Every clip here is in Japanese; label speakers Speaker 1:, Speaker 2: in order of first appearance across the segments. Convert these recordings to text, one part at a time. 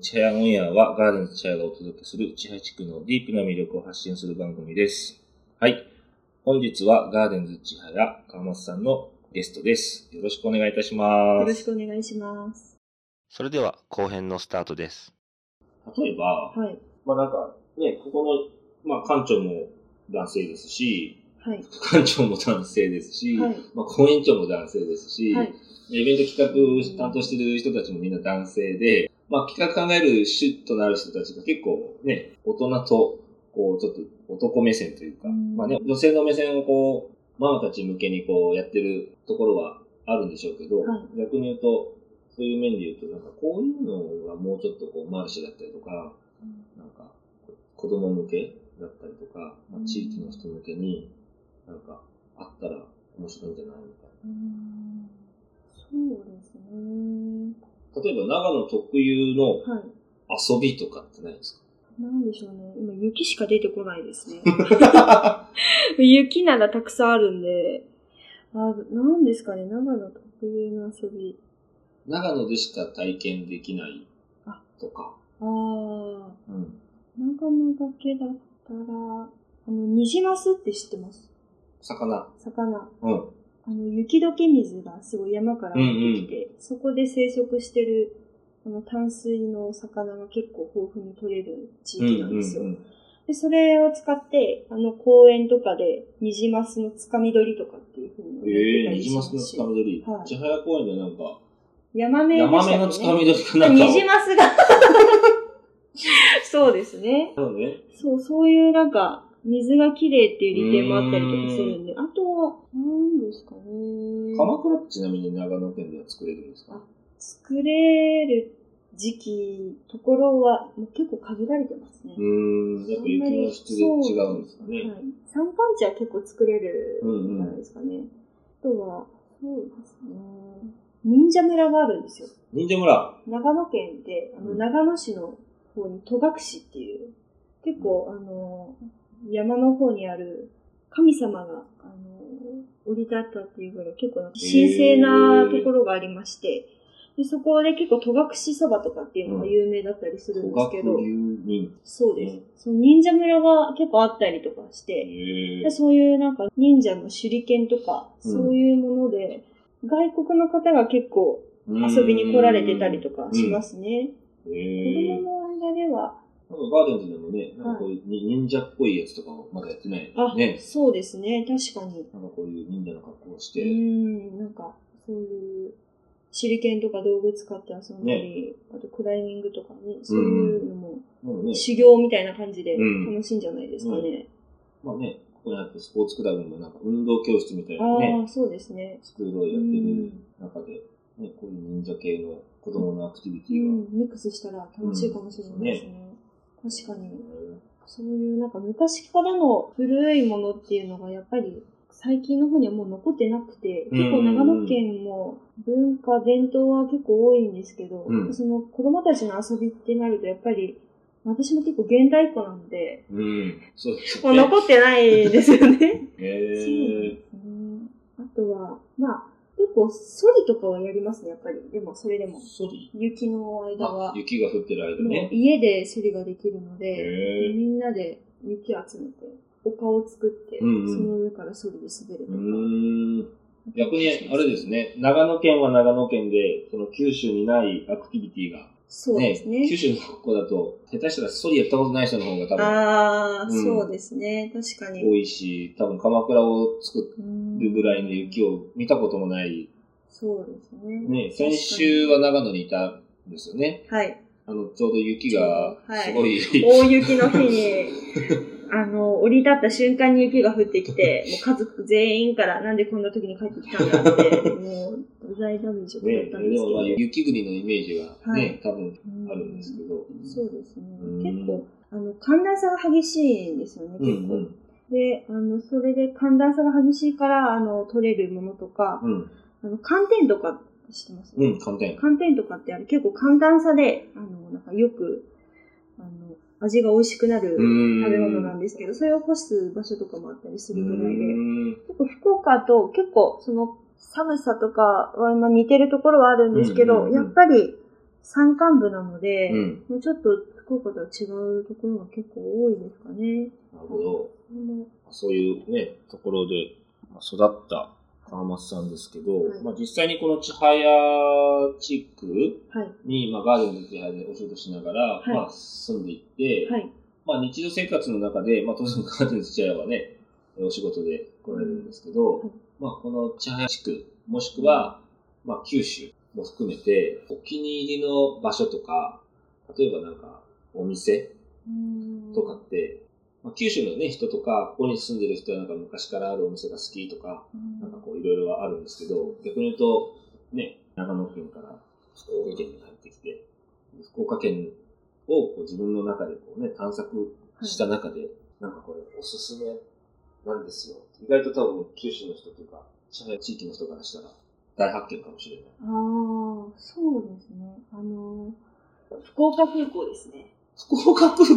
Speaker 1: ちはやオンエアはガーデンズちはやがお届けするちはや地区のディープな魅力を発信する番組です。はい。本日はガーデンズちはや川松さんのゲストです。よろしくお願いいたし
Speaker 2: よ
Speaker 1: ま
Speaker 2: ろ
Speaker 1: す。
Speaker 2: しくお願いします。
Speaker 3: それでは後編のスタートです。
Speaker 1: 例えば、
Speaker 2: はい。
Speaker 1: まあなんかね、ここの、まあ館長も男性ですし、
Speaker 2: はい。
Speaker 1: 館長も男性ですし、
Speaker 2: はい。
Speaker 1: まあ公園長も男性ですし、
Speaker 2: はい。
Speaker 1: イベント企画担当してる人たちもみんな男性で、まあ企画考える主となる人たちが結構ね、大人と、こう、ちょっと男目線というか、
Speaker 2: うん
Speaker 1: まあね、女性の目線をこう、ママたち向けにこうやってるところはあるんでしょうけど、
Speaker 2: は
Speaker 1: 逆に言うと、そういう面で言うと、なんかこういうのがもうちょっとこう、マルシェだったりとか、なんか、子供向けだったりとか、まあ地域の人向けに、なんか、あったら面白いんじゃないみたいな。
Speaker 2: うんそうですね。
Speaker 1: 例えば長野特有の
Speaker 2: はい。
Speaker 1: 遊びとかってないです
Speaker 2: なんでしょうね。今、雪しか出てこないですね。
Speaker 1: か
Speaker 2: 雪ならたくさんあるんで。あ、なんですかね。長野特有の遊び。
Speaker 1: 長野でしか体験できないとか。
Speaker 2: あー。
Speaker 1: うん。
Speaker 2: 長野だけだったら、あの、ニジマスって知ってます
Speaker 1: 魚。
Speaker 2: 魚。
Speaker 1: うん。
Speaker 2: あの、雪解け水がすごい山から降ってきて、そこで生息してる、あの、淡水の魚が結構豊富に取れる地域なんですよ。
Speaker 1: うんうんうん
Speaker 2: で、それを使って、あの、公園とかで、ニジマスのつかみ取りとかっていうふうに
Speaker 1: ええ
Speaker 2: や
Speaker 1: ー、ニ
Speaker 2: ってたり
Speaker 1: ジ
Speaker 2: し
Speaker 1: マ
Speaker 2: ま
Speaker 1: スの
Speaker 2: す
Speaker 1: つ
Speaker 2: し
Speaker 1: かみ取り
Speaker 2: は。い
Speaker 1: 千早公園でなんか、
Speaker 2: ヤマメで
Speaker 1: ヤマ
Speaker 2: した
Speaker 1: メ
Speaker 2: ね。
Speaker 1: のつかみ取りかなんかを。
Speaker 2: ニジマス が。そうですね。
Speaker 1: そうね。
Speaker 2: そう、そういうなんか、水が綺麗っていう利点もあったりとかするんで、あとは、なんですかね。
Speaker 1: 鎌倉ってちなみに長野県では作れるんですか
Speaker 2: あ作れる時期、ところは、もう結構限られてますね。
Speaker 1: うーん。やっぱ雪の質で違うんですかね。
Speaker 2: はい。山間地は結構作れる
Speaker 1: うんうん
Speaker 2: んじゃないですかね。あとは、そうですね。忍者村があるんですよ。
Speaker 1: 忍者村。
Speaker 2: 長野県で、あの、
Speaker 1: うん
Speaker 2: 長野市の方に戸隠っていう、結構、あの、山の方にある神様が、あの、降り立ったっていうぐらい、結構なんか神聖なところがありまして、でそこで結構戸隠そばとかっていうのが有名だったりするんです
Speaker 1: 小
Speaker 2: け
Speaker 1: 学
Speaker 2: ど、
Speaker 1: 流忍。
Speaker 2: そうです。その忍者村が結構あったりとかして、
Speaker 1: ええ
Speaker 2: でそういうなんか忍者の手裏剣とか、
Speaker 1: うん。
Speaker 2: そういうもので、外国の方が結構遊びに来られてたりとかしますすね。
Speaker 1: うんえ
Speaker 2: 子
Speaker 1: え
Speaker 2: 供の間では、
Speaker 1: なんかガーデンズでもね、なんかこういうに忍者っぽいやつとかもまだやってない
Speaker 2: あ、
Speaker 1: ね。
Speaker 2: そうですね、確かに。
Speaker 1: なんかこういう忍者の格好をし
Speaker 2: う
Speaker 1: て、
Speaker 2: ん、なんか、そういう、手裏剣とか道具使って遊んだり、あとクライミングとかね、そういうのも、
Speaker 1: もうね、
Speaker 2: 修行みたいな感じで
Speaker 1: うん
Speaker 2: 楽しいんじゃないですかね。
Speaker 1: まあね、ここにあってスポーツクラブもなんか運動教室みたいな
Speaker 2: ああ、
Speaker 1: ね、
Speaker 2: そうですね。
Speaker 1: スクールを
Speaker 2: う
Speaker 1: やってる
Speaker 2: ん、
Speaker 1: 中で、ね、こういう忍者系の子供のアクティビテ
Speaker 2: う
Speaker 1: ィが。
Speaker 2: んミックスしたら楽しいかもしれないですね。確かに。そういうなんか昔からの古いものっていうのがやっぱり最近の方にはもう残ってなくて、
Speaker 1: うん
Speaker 2: 結構長野県も文化、伝統は結構多いんですけど、
Speaker 1: うん
Speaker 2: その子供たちの遊びってなるとやっぱり私も結構現代っ子なので、
Speaker 1: うん。うん。そうです
Speaker 2: もう
Speaker 1: ね。
Speaker 2: 残ってないですよね。そうです
Speaker 1: ええ
Speaker 2: ね。あとは、まあ結構ソリとかはやりますね、やっぱり。でもそれでも。
Speaker 1: ソリ
Speaker 2: 雪の間
Speaker 1: あ
Speaker 2: は、。
Speaker 1: 雪が降ってる間
Speaker 2: もう
Speaker 1: ね。
Speaker 2: 家でソリができるの
Speaker 1: へ
Speaker 2: で、
Speaker 1: え
Speaker 2: みんなで雪集めて、丘を作って、
Speaker 1: うんうん
Speaker 2: その上からソリで滑ると
Speaker 1: う
Speaker 2: か。
Speaker 1: ーん。逆に、あれです。ね、長野県は長野県で、その九州にないアクティビティが、
Speaker 2: そうで
Speaker 1: ね
Speaker 2: すね。
Speaker 1: 九州の子だと、下手したらソリやったことない人の方が多分
Speaker 2: ああ、
Speaker 1: うん
Speaker 2: そうですね。確かに。
Speaker 1: 多いし、多分鎌倉を作るぐらいの雪
Speaker 2: を。
Speaker 1: を見たこともない、
Speaker 2: そうですね。
Speaker 1: ね、
Speaker 2: 確かに
Speaker 1: 先週は長野にいたんですよね。
Speaker 2: はい。
Speaker 1: あの、ちょうど雪が
Speaker 2: はい
Speaker 1: すごい、
Speaker 2: 大雪の日 に、あの、降り立った瞬間に雪が降ってき て、もう家族全員から、なんでこんな時に帰ってきたんだ って、もう、大ダメージを食ら
Speaker 1: ね、
Speaker 2: っ
Speaker 1: で
Speaker 2: たんです
Speaker 1: も
Speaker 2: けど
Speaker 1: まあ。雪国のイメージが
Speaker 2: は
Speaker 1: ね
Speaker 2: い、
Speaker 1: 多分
Speaker 2: うん
Speaker 1: あるんですけど。
Speaker 2: そうですね
Speaker 1: うん。
Speaker 2: 結構、あの、寒暖差が激しいんですよね、
Speaker 1: う
Speaker 2: 結
Speaker 1: ん
Speaker 2: 構。
Speaker 1: うん。
Speaker 2: で、あの、それで寒暖差が激しいから、あの、取れるものとか、
Speaker 1: うん。
Speaker 2: あの、寒天とか知ってます、
Speaker 1: うん、寒天。
Speaker 2: 寒天とかってあれ結構寒暖差で、あの、なんかよく、あの、味が美味しくなる
Speaker 1: うん。
Speaker 2: 食べ物なんですけど、それを干す場所とかもあったりするぐらいで、
Speaker 1: うん
Speaker 2: 結構福岡と結構その寒さとかはまあ似てるところはあるんですけど、
Speaker 1: うんうんうん
Speaker 2: やっぱり山間部なので、
Speaker 1: うん。
Speaker 2: もうちょっと福岡とは違うところが結構多いですかね。
Speaker 1: なるほど。
Speaker 2: それも
Speaker 1: そういうね、ところでまあ育った川松さんですけど、
Speaker 2: はい
Speaker 1: まあ実際にこの千早地区
Speaker 2: はい。
Speaker 1: に、まあガーデンの手配でお仕事しながら、
Speaker 2: はい
Speaker 1: まあ住んでいって、
Speaker 2: はい。
Speaker 1: まあ日常生活の中で、まあ当然ガーデンの千早はね、お仕事で来られるんですけど、
Speaker 2: はい
Speaker 1: まあこの千早地区、もしくは、まあ九州も含めて、お気に入りの場所とか、例えばなんかお店とかって、まあ、九州のね、人とか、ここに住んでる人はなんか昔からあるお店が好きとか、
Speaker 2: うん、
Speaker 1: なんかこういろいろはあるんですけど、逆に言うと、ね、長野県から福岡県に入ってきて、福岡県をこう自分の中でこうね、探索した中で、なんかこれおすすめなんですよ。意外と多分九州の人というか、社内地域の人からしたら大発見かもしれない。
Speaker 2: ああ、そうですね。あのー、福岡空港ですね。
Speaker 1: 福岡空港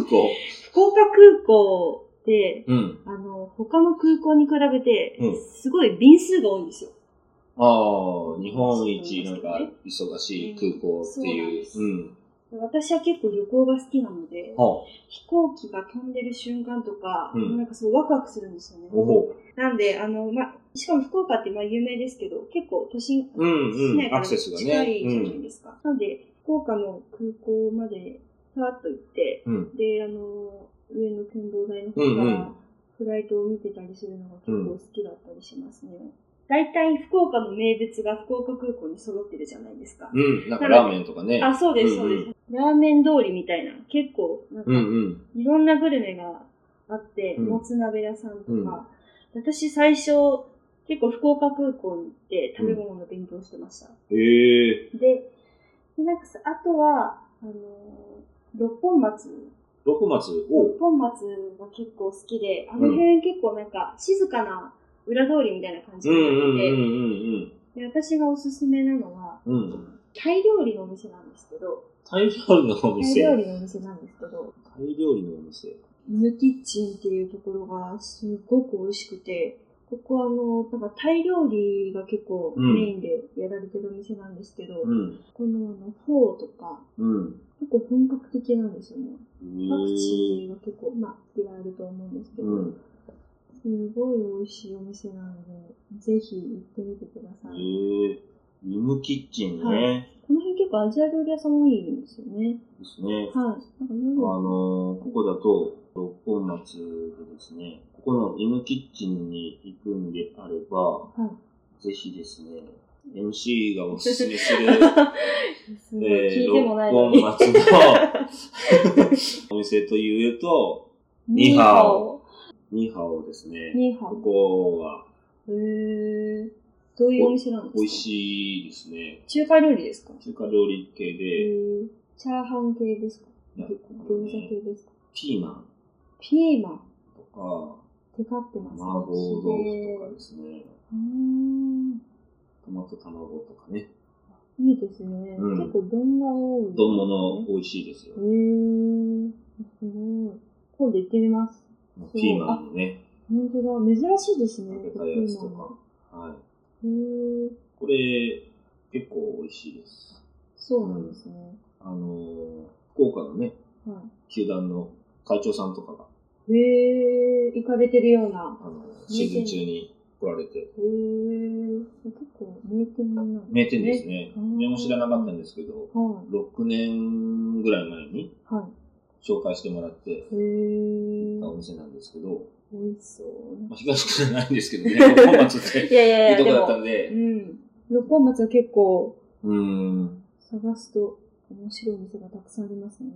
Speaker 2: 福岡空港って、
Speaker 1: うん。
Speaker 2: あの、他の空港に比べて
Speaker 1: うん、
Speaker 2: すごい便数が多いんですよ。
Speaker 1: ああ、日本一なんか忙しい空港っていう。
Speaker 2: うん
Speaker 1: うん
Speaker 2: 私は結構旅行が好きなので、
Speaker 1: は
Speaker 2: 飛行機が飛んでる瞬間とか、
Speaker 1: うん
Speaker 2: なんかすごいワクワクするんですよね
Speaker 1: あ、。おほ
Speaker 2: なんで、あの、ま、しかも福岡ってまあ有名ですけど、結構都心、
Speaker 1: うんうん
Speaker 2: 市内か
Speaker 1: ア
Speaker 2: ら
Speaker 1: クセスがね
Speaker 2: 近いじゃないですか。なんで、福岡の空港までさーっと行って、
Speaker 1: うん。
Speaker 2: で、あの、上の展望台の方
Speaker 1: うんう
Speaker 2: か
Speaker 1: ん
Speaker 2: らフライトを見てたりするのが結構好きだったりしますね。大体福岡の名物が福岡空港に揃ってるじゃないですか。
Speaker 1: うん。なんかラーメンとかね。
Speaker 2: あ、そうで
Speaker 1: う
Speaker 2: す、
Speaker 1: ん
Speaker 2: そう
Speaker 1: うん
Speaker 2: です。ラーメン通りみたいな、結構、なんか、
Speaker 1: うんうん。
Speaker 2: いろんなグルメがあって、
Speaker 1: うん
Speaker 2: もつ鍋屋さんとか、私最初、結構福岡空港に行って食べ物の勉強してました。
Speaker 1: へえ。
Speaker 2: で、でなんかさ、あとは、あのー六本松。
Speaker 1: 六松
Speaker 2: 六
Speaker 1: を。
Speaker 2: 本松が結構好きで、あの辺結構なんか静かな裏通りみたいな感じ
Speaker 1: うん
Speaker 2: に
Speaker 1: う
Speaker 2: なってて、
Speaker 1: んうん
Speaker 2: で私がおすすめなのは、
Speaker 1: うんうん。うん。
Speaker 2: タイ料理のお店なんですけど、
Speaker 1: タイ料理のお
Speaker 2: タイ
Speaker 1: 店。
Speaker 2: 料
Speaker 1: タ
Speaker 2: 理のお店なんですけど、
Speaker 1: イ料理のお店。
Speaker 2: ムキッチンっていうところがすごく美味しくて、ここあの、なんかタイ料理が結構
Speaker 1: うん
Speaker 2: メインでやられてるお店なんですけど、
Speaker 1: うん。
Speaker 2: このあの、フォーとか、
Speaker 1: うん。
Speaker 2: 結構本格的なんですよね。パク
Speaker 1: へ
Speaker 2: チ
Speaker 1: え
Speaker 2: ーが結構、まあ、いろいろあると思うんですけど、
Speaker 1: うん。
Speaker 2: すごい美味しいお店なので、ぜひ行ってみてください。
Speaker 1: へえ。リムキッチン
Speaker 2: は
Speaker 1: ね。
Speaker 2: この辺結構アジア料理屋さんもいいんですよね。
Speaker 1: ですね。
Speaker 2: はい。なんか
Speaker 1: あのー、ここだと、六本松でですね、ここのリムキッチンに行くんであれば、
Speaker 2: はい。
Speaker 1: ぜひですね、MC がおすすめする、
Speaker 2: すごい、聞いてもないの
Speaker 1: 六
Speaker 2: に。
Speaker 1: 本松のお店というと、ニーハオ。ニーハオですね。
Speaker 2: ニーハ
Speaker 1: こ
Speaker 2: オ。
Speaker 1: こは
Speaker 2: へー。どういうお店なんですか
Speaker 1: 美味しいですね。
Speaker 2: 中華料理ですか
Speaker 1: 中華料理系
Speaker 2: へ
Speaker 1: で、
Speaker 2: ー。チャーハン系ですか
Speaker 1: いや
Speaker 2: 餃子系ですか
Speaker 1: ピーマン
Speaker 2: ピーマン。
Speaker 1: とか、
Speaker 2: テカってますね。
Speaker 1: 麻婆豆腐とか
Speaker 2: きれい
Speaker 1: ですね、
Speaker 2: うーん。
Speaker 1: トマト卵とかね、
Speaker 2: いいですね。
Speaker 1: うん
Speaker 2: 結構丼が多い、ね。
Speaker 1: 丼物美味しいですよ
Speaker 2: へ。ー。すごい。今度行ってみます。
Speaker 1: ピーマンのね、
Speaker 2: 本当だ。珍しいですね。
Speaker 1: かけたやつと
Speaker 2: ピーマン
Speaker 1: か。はい。
Speaker 2: へー。
Speaker 1: これ、結構美味しいです。
Speaker 2: そうなんですね。
Speaker 1: あのー、福岡のね、
Speaker 2: は
Speaker 1: 球団の会長さんとかが、
Speaker 2: い。へー。行かれてるような。
Speaker 1: あのー、シーズン中に来られて、
Speaker 2: へー。結構名店なんですね
Speaker 1: 名店ですね。
Speaker 2: うん
Speaker 1: 名も知らなかったんですけど、
Speaker 2: は
Speaker 1: 6年ぐらい前に
Speaker 2: い。はい。
Speaker 1: 紹介してもらって
Speaker 2: へ
Speaker 1: 行った
Speaker 2: ー
Speaker 1: お。店なんですけど、
Speaker 2: 美味しそう。
Speaker 1: まあ、東区じゃないんですけどね、 六本松って
Speaker 2: いやいや
Speaker 1: い
Speaker 2: い
Speaker 1: いと
Speaker 2: や、
Speaker 1: こ
Speaker 2: で
Speaker 1: だった
Speaker 2: も、
Speaker 1: ん
Speaker 2: う
Speaker 1: で、
Speaker 2: ん。六本松は結構
Speaker 1: うーん、
Speaker 2: 探すと面白い店がたくさんありますね。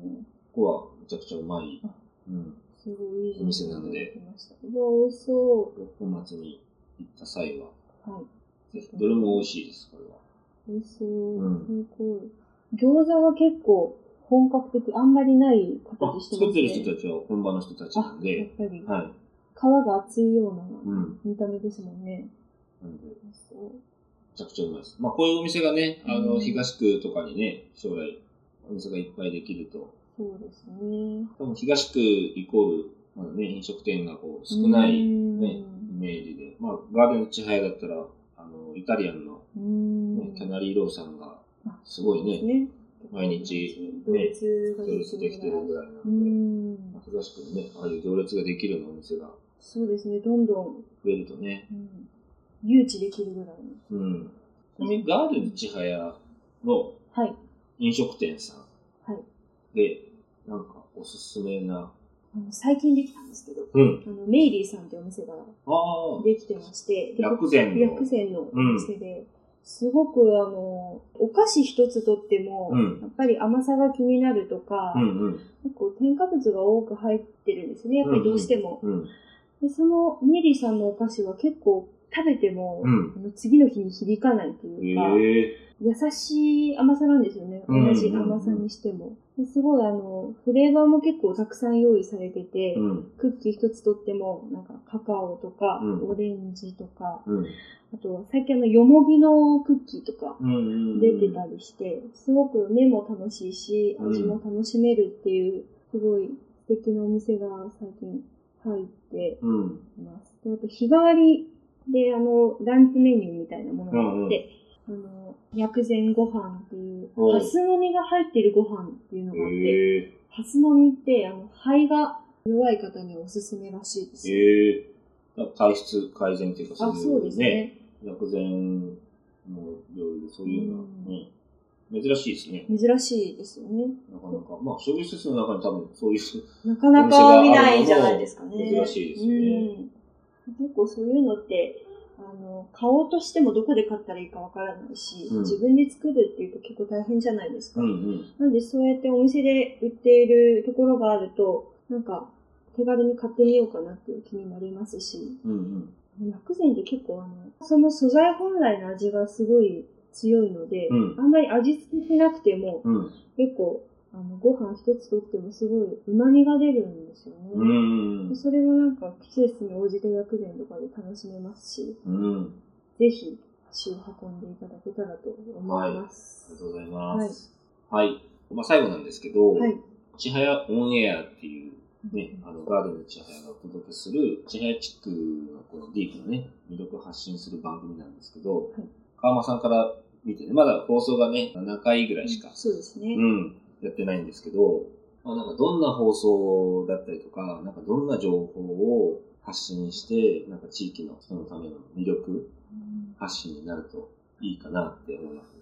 Speaker 1: ここはめちゃくちゃうまい
Speaker 2: あ、
Speaker 1: うん、
Speaker 2: すごいいい
Speaker 1: お店なので
Speaker 2: 来ました。うわ、美味しそ
Speaker 1: 六本松に行った際は、
Speaker 2: う。はい。
Speaker 1: ぜひ、どれも美味しいです、これは。
Speaker 2: 美味しそう。
Speaker 1: うん
Speaker 2: すごい。餃子は結構本格的、あんまりない
Speaker 1: あ
Speaker 2: 形して
Speaker 1: 作
Speaker 2: ま
Speaker 1: っ
Speaker 2: す
Speaker 1: てる
Speaker 2: ね。
Speaker 1: 人たちは本場の人たちなん
Speaker 2: あ、やっ
Speaker 1: で、
Speaker 2: ぱり。
Speaker 1: はい、
Speaker 2: 皮が厚いような
Speaker 1: うん、
Speaker 2: 見た目ですもんね。
Speaker 1: なんで、め
Speaker 2: 美味しそう。
Speaker 1: ちゃくちゃうまいです。まあ、こういうお店がね、あ
Speaker 2: う
Speaker 1: の、
Speaker 2: ん
Speaker 1: 東区とかにね、将来、お店がいっぱいできると、
Speaker 2: そうですね。
Speaker 1: 多分東区イコール、まだね、飲食店がこう少ない、ね、イ
Speaker 2: うん
Speaker 1: メージで、まあ、ガーデンの千早だったら、あの、イタリアンの、
Speaker 2: うん。
Speaker 1: ね、キャナリーローさんが
Speaker 2: あ、
Speaker 1: すごいね、
Speaker 2: ね。
Speaker 1: 毎日ね、
Speaker 2: 列が
Speaker 1: 行
Speaker 2: で
Speaker 1: 列
Speaker 2: き
Speaker 1: できて
Speaker 2: る
Speaker 1: る
Speaker 2: ぐ
Speaker 1: ぐ
Speaker 2: らい。
Speaker 1: らいな
Speaker 2: うん
Speaker 1: で、ま
Speaker 2: ん
Speaker 1: あ。珍しくね、ああいう行列ができるようなお店が
Speaker 2: そうですね、どんどん、
Speaker 1: 増えるとね、
Speaker 2: うん、誘致できるぐらいの。
Speaker 1: うん。ちなみにガールズ千早の
Speaker 2: はい。
Speaker 1: 飲食店さん
Speaker 2: はい。
Speaker 1: で、なんかおすすめな、
Speaker 2: あの最近できたんですけど、
Speaker 1: うん。
Speaker 2: あのメイリーさんっていうお店が
Speaker 1: ああ、
Speaker 2: できてまして、で
Speaker 1: 薬膳の
Speaker 2: 薬膳のお店で、すごくあの、お菓子一つとっても、
Speaker 1: うん
Speaker 2: やっぱり甘さが気になるとか、
Speaker 1: うんうん。
Speaker 2: 結構添加物が多く入ってるんですね、やっぱりどうしても。
Speaker 1: うん。
Speaker 2: でそのメリーさんのお菓子は結構食べても、
Speaker 1: うん
Speaker 2: あの次の日に響かないというか、
Speaker 1: へえ
Speaker 2: 優しい甘さなんですよね。
Speaker 1: うん
Speaker 2: 同じ甘さにしても。ですごいあの、フレーバーも結構たくさん用意されてて、
Speaker 1: うん。
Speaker 2: クッキー一つとっても、なんかカカオとか、
Speaker 1: うん
Speaker 2: オレンジとか、
Speaker 1: うん。
Speaker 2: あと最近あの、よもぎのクッキーとか
Speaker 1: うんうんうん。
Speaker 2: 出てたりして、すごく目も楽しいし、
Speaker 1: うん
Speaker 2: 味も楽しめるっていう、すごい素敵なお店が最近入って
Speaker 1: うん。
Speaker 2: います。で、あと日替わりであの、ランチメニューみたいなものがあって、あの、薬膳ご飯っていう、
Speaker 1: うん
Speaker 2: ハスの実が入ってるご飯っていうのがあって、
Speaker 1: へえ
Speaker 2: ハスの実って、あの、肺が弱い方にはおすすめらしいです。
Speaker 1: へえ体質改善っていうか、
Speaker 2: あ、そうですね。
Speaker 1: 薬膳の料理でそういうのはね、珍しいですね。
Speaker 2: 珍しいですよね。
Speaker 1: なかなか。まあ、商業施設の中に多分そういう、
Speaker 2: なかなか見ないんじゃないですかね。
Speaker 1: 珍しいですよね
Speaker 2: うん。結構そういうのって、あの、買おうとしてもどこで買ったらいいかわからないし、
Speaker 1: うん
Speaker 2: 自分で作るっていうと結構大変じゃないですか。
Speaker 1: うん
Speaker 2: なんでそうやってお店で売っているところがあると、なんか手軽に買ってみようかなっていう気になりますし、
Speaker 1: うん。うん
Speaker 2: 薬膳って結構あの、その素材本来の味がすごい強いので、
Speaker 1: うん
Speaker 2: あんまり味付けしなくても、
Speaker 1: うん。うん。
Speaker 2: 結構、あの、ご飯一つとってもすごい旨味が出るんですよ
Speaker 1: う
Speaker 2: ね。
Speaker 1: ん。
Speaker 2: それはなんか季節に応じて薬膳とかで楽しめますし、
Speaker 1: うん。
Speaker 2: ぜひ足を運んでいただけたらと思いま
Speaker 1: あ
Speaker 2: す
Speaker 1: りが。とうございます。はい。まあ、最後なんですけど、
Speaker 2: はい。
Speaker 1: ちはやオンエアっていう、ね、あの、ガーデンのちはやがお届けする、ちはや地区のこのディープのね、魅力を発信する番組なんですけど、川間さんから見てね、まだ放送がね、7回ぐらいしか、
Speaker 2: そうですね。
Speaker 1: うん、やってないんですけど、まあ、なんかどんな放送だったりとか、なんかどんな情報を発信して、なんか地域の人のための魅力
Speaker 2: うん
Speaker 1: 発信になるといいかなって思います。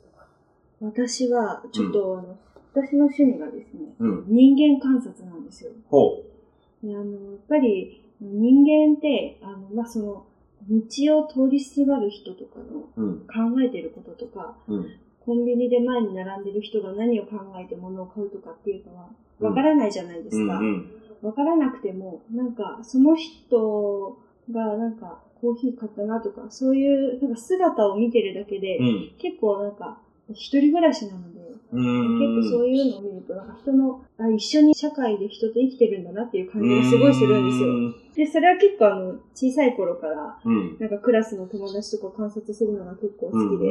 Speaker 2: 私は、ちょっと、あの、私の趣味がですね、
Speaker 1: うん。
Speaker 2: 人間観察なんですよ。
Speaker 1: ほ
Speaker 2: であのやっぱり人間ってあの、まあ、その道を通りすがる人とかの
Speaker 1: う。うん。
Speaker 2: 考えてることとか
Speaker 1: うん。
Speaker 2: コンビニで前に並んでる人が何を考えて物を買うとかっていうのは
Speaker 1: うん
Speaker 2: わからないじゃないですか。わ、
Speaker 1: うん。
Speaker 2: からなくてもなんかその人がなんかコーヒー買ったなとかそういうなんか姿を見てるだけで、
Speaker 1: うん。
Speaker 2: 結構なんか一人暮らしなので
Speaker 1: うん。
Speaker 2: 結構そういうのを見ると、なんか人の、あ一緒に社会で人と生きてるんだなっていう感じがすごいするんですよ。で、それは結構あの、小さい頃から、
Speaker 1: うん。
Speaker 2: なんかクラスの友達とか観察するのが結構
Speaker 1: う
Speaker 2: 好
Speaker 1: ん。
Speaker 2: き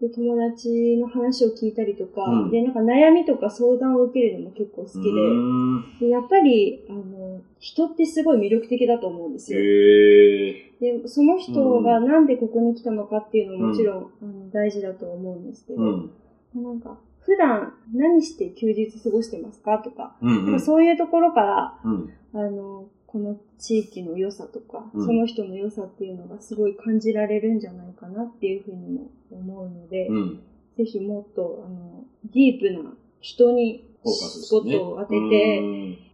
Speaker 2: で、で、友達の話を聞いたりとか、
Speaker 1: うん
Speaker 2: で、なんか悩みとか相談を受けるのも結構好きで、
Speaker 1: うん。
Speaker 2: でやっぱり、あの、人ってすごい魅力的だと思うんですよ。
Speaker 1: へえ。
Speaker 2: で、その人がなんでここに来たのかっていうのももちろん、あの大事だと思うんですけど、
Speaker 1: うん。
Speaker 2: なんか、普段何して休日過ごしてますかとか、
Speaker 1: うん。うん。
Speaker 2: そういうところから、
Speaker 1: うん。
Speaker 2: あの、この地域の良さとか、
Speaker 1: うん
Speaker 2: その人の良さっていうのがすごい感じられるんじゃないかなっていうふうにも思うので、
Speaker 1: うん。
Speaker 2: ぜひもっと、あの、ディープな人に
Speaker 1: フォーカス
Speaker 2: ス
Speaker 1: し
Speaker 2: ポ
Speaker 1: てね
Speaker 2: ットを当てて、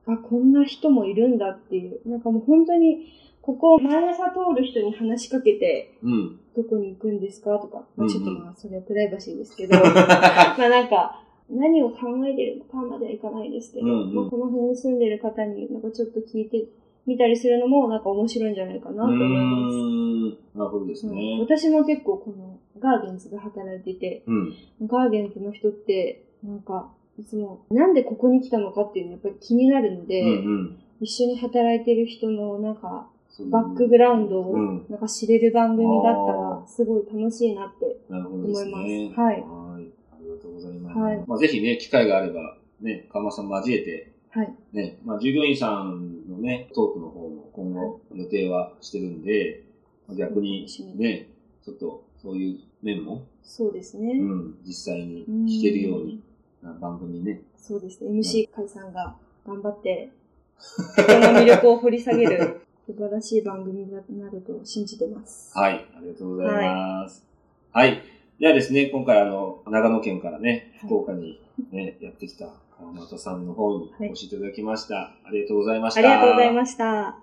Speaker 2: あ、こんな人もいるんだっていう、なんかもう本当に、ここを毎朝通る人に話しかけて、
Speaker 1: うん。
Speaker 2: どこに行くんですかとか、まあ、ちょっと
Speaker 1: うんうん
Speaker 2: まあ、それはプライバシーです けど、まあなんか、何を考えてるのかまではいかないですけど、
Speaker 1: うんうん
Speaker 2: まあ、この辺に住んでる方になんかちょっと聞いてみたりするのもなんか面白いんじゃないかなと思います。
Speaker 1: うん。なるほどです
Speaker 2: うん
Speaker 1: ね。
Speaker 2: 私も結構このガーデンズで働いてて、
Speaker 1: うん。
Speaker 2: ガーデンズの人ってなんかいつもなんでここに来たのかっていうのやっぱり気になるので、
Speaker 1: うん。
Speaker 2: 一緒に働いてる人のなんか
Speaker 1: うん。
Speaker 2: バックグラウンドを
Speaker 1: うん。
Speaker 2: なんか知れる番組だった
Speaker 1: あ
Speaker 2: ら
Speaker 1: ー
Speaker 2: すごい楽しいなって。
Speaker 1: なるほどですね。
Speaker 2: 思いますはい
Speaker 1: いありがとうございます。
Speaker 2: はい
Speaker 1: まあ、ぜひね、機会があれば、ね、かまさん交えて、
Speaker 2: はい。
Speaker 1: ね、まあ、従業員さんのね、トークの方も今後予定はしてるんで、まあ逆にね、ちょっとそういう面も、
Speaker 2: そうですね。
Speaker 1: うん、実際に聞けるようにな番組ね。
Speaker 2: そうですね。MC 解散が頑張って、人の魅力を掘り下げる、素晴らしい番組になると信じてます。
Speaker 1: はい、ありがとうございます。はい。ではですね、今回あの、長野県からね、
Speaker 2: はい
Speaker 1: 福岡にね、やってきた川又さんの方に
Speaker 2: はい
Speaker 1: お越しいただきました。ありがとうございました。
Speaker 2: ありがとうございました。